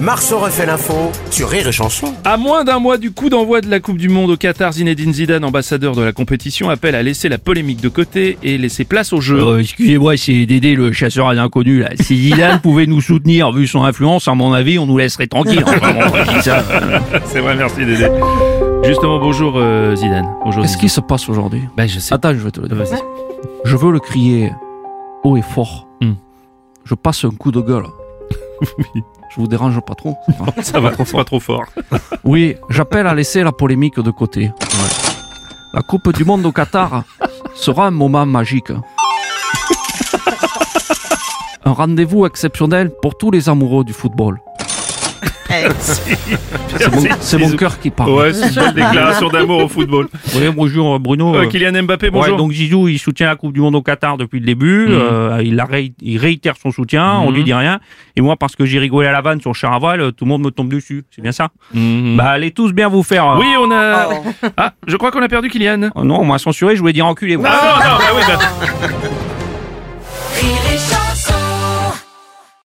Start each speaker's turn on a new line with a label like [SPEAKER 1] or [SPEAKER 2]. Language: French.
[SPEAKER 1] Marceau refait l'info sur Rire et Chanson.
[SPEAKER 2] À moins d'un mois du coup d'envoi de la Coupe du Monde au Qatar, Zinedine Zidane, ambassadeur de la compétition, appelle à laisser la polémique de côté et laisser place au jeu.
[SPEAKER 3] Euh, Excusez-moi, c'est Dédé le chasseur à l'inconnu là. Si Zidane pouvait nous soutenir vu son influence, à mon avis, on nous laisserait tranquille. Enfin, bon, on dit ça.
[SPEAKER 2] C'est vrai, merci Dédé. Justement, bonjour euh, Zidane. Bonjour.
[SPEAKER 4] Qu'est-ce qui se passe aujourd'hui
[SPEAKER 2] Ben je sais.
[SPEAKER 3] Ah.
[SPEAKER 4] Attends, je vais te le dire.
[SPEAKER 2] Vas-y.
[SPEAKER 4] Je veux le crier haut et fort.
[SPEAKER 2] Hmm.
[SPEAKER 4] Je passe un coup de gueule.
[SPEAKER 2] Oui.
[SPEAKER 4] Je vous dérange pas trop
[SPEAKER 2] Ça va, trop fort, trop fort.
[SPEAKER 4] Oui, j'appelle à laisser la polémique de côté. La Coupe du Monde au Qatar sera un moment magique. Un rendez-vous exceptionnel pour tous les amoureux du football. C'est mon,
[SPEAKER 2] Merci.
[SPEAKER 4] c'est mon
[SPEAKER 2] Bisous.
[SPEAKER 4] cœur qui parle.
[SPEAKER 2] Ouais, c'est une belle déclaration d'amour au football.
[SPEAKER 4] Oui, bonjour Bruno.
[SPEAKER 2] Euh, Kylian Mbappé, bonjour.
[SPEAKER 3] Ouais, donc Zizou, il soutient la Coupe du Monde au Qatar depuis le début. Euh, il, la ré- il réitère son soutien, on
[SPEAKER 2] Mhm.
[SPEAKER 3] lui dit rien. Et moi, parce que j'ai rigolé à la vanne sur Charaval, euh, tout le monde me tombe dessus. C'est bien ça
[SPEAKER 2] Mhm.
[SPEAKER 3] Bah, allez tous bien vous faire. euh,
[SPEAKER 2] Oui, on a. Ah, je crois qu'on a perdu Kylian.
[SPEAKER 3] Oh non, on m'a censuré, je voulais dire enculé. moi.
[SPEAKER 2] Ah non, non, bah oui, bah-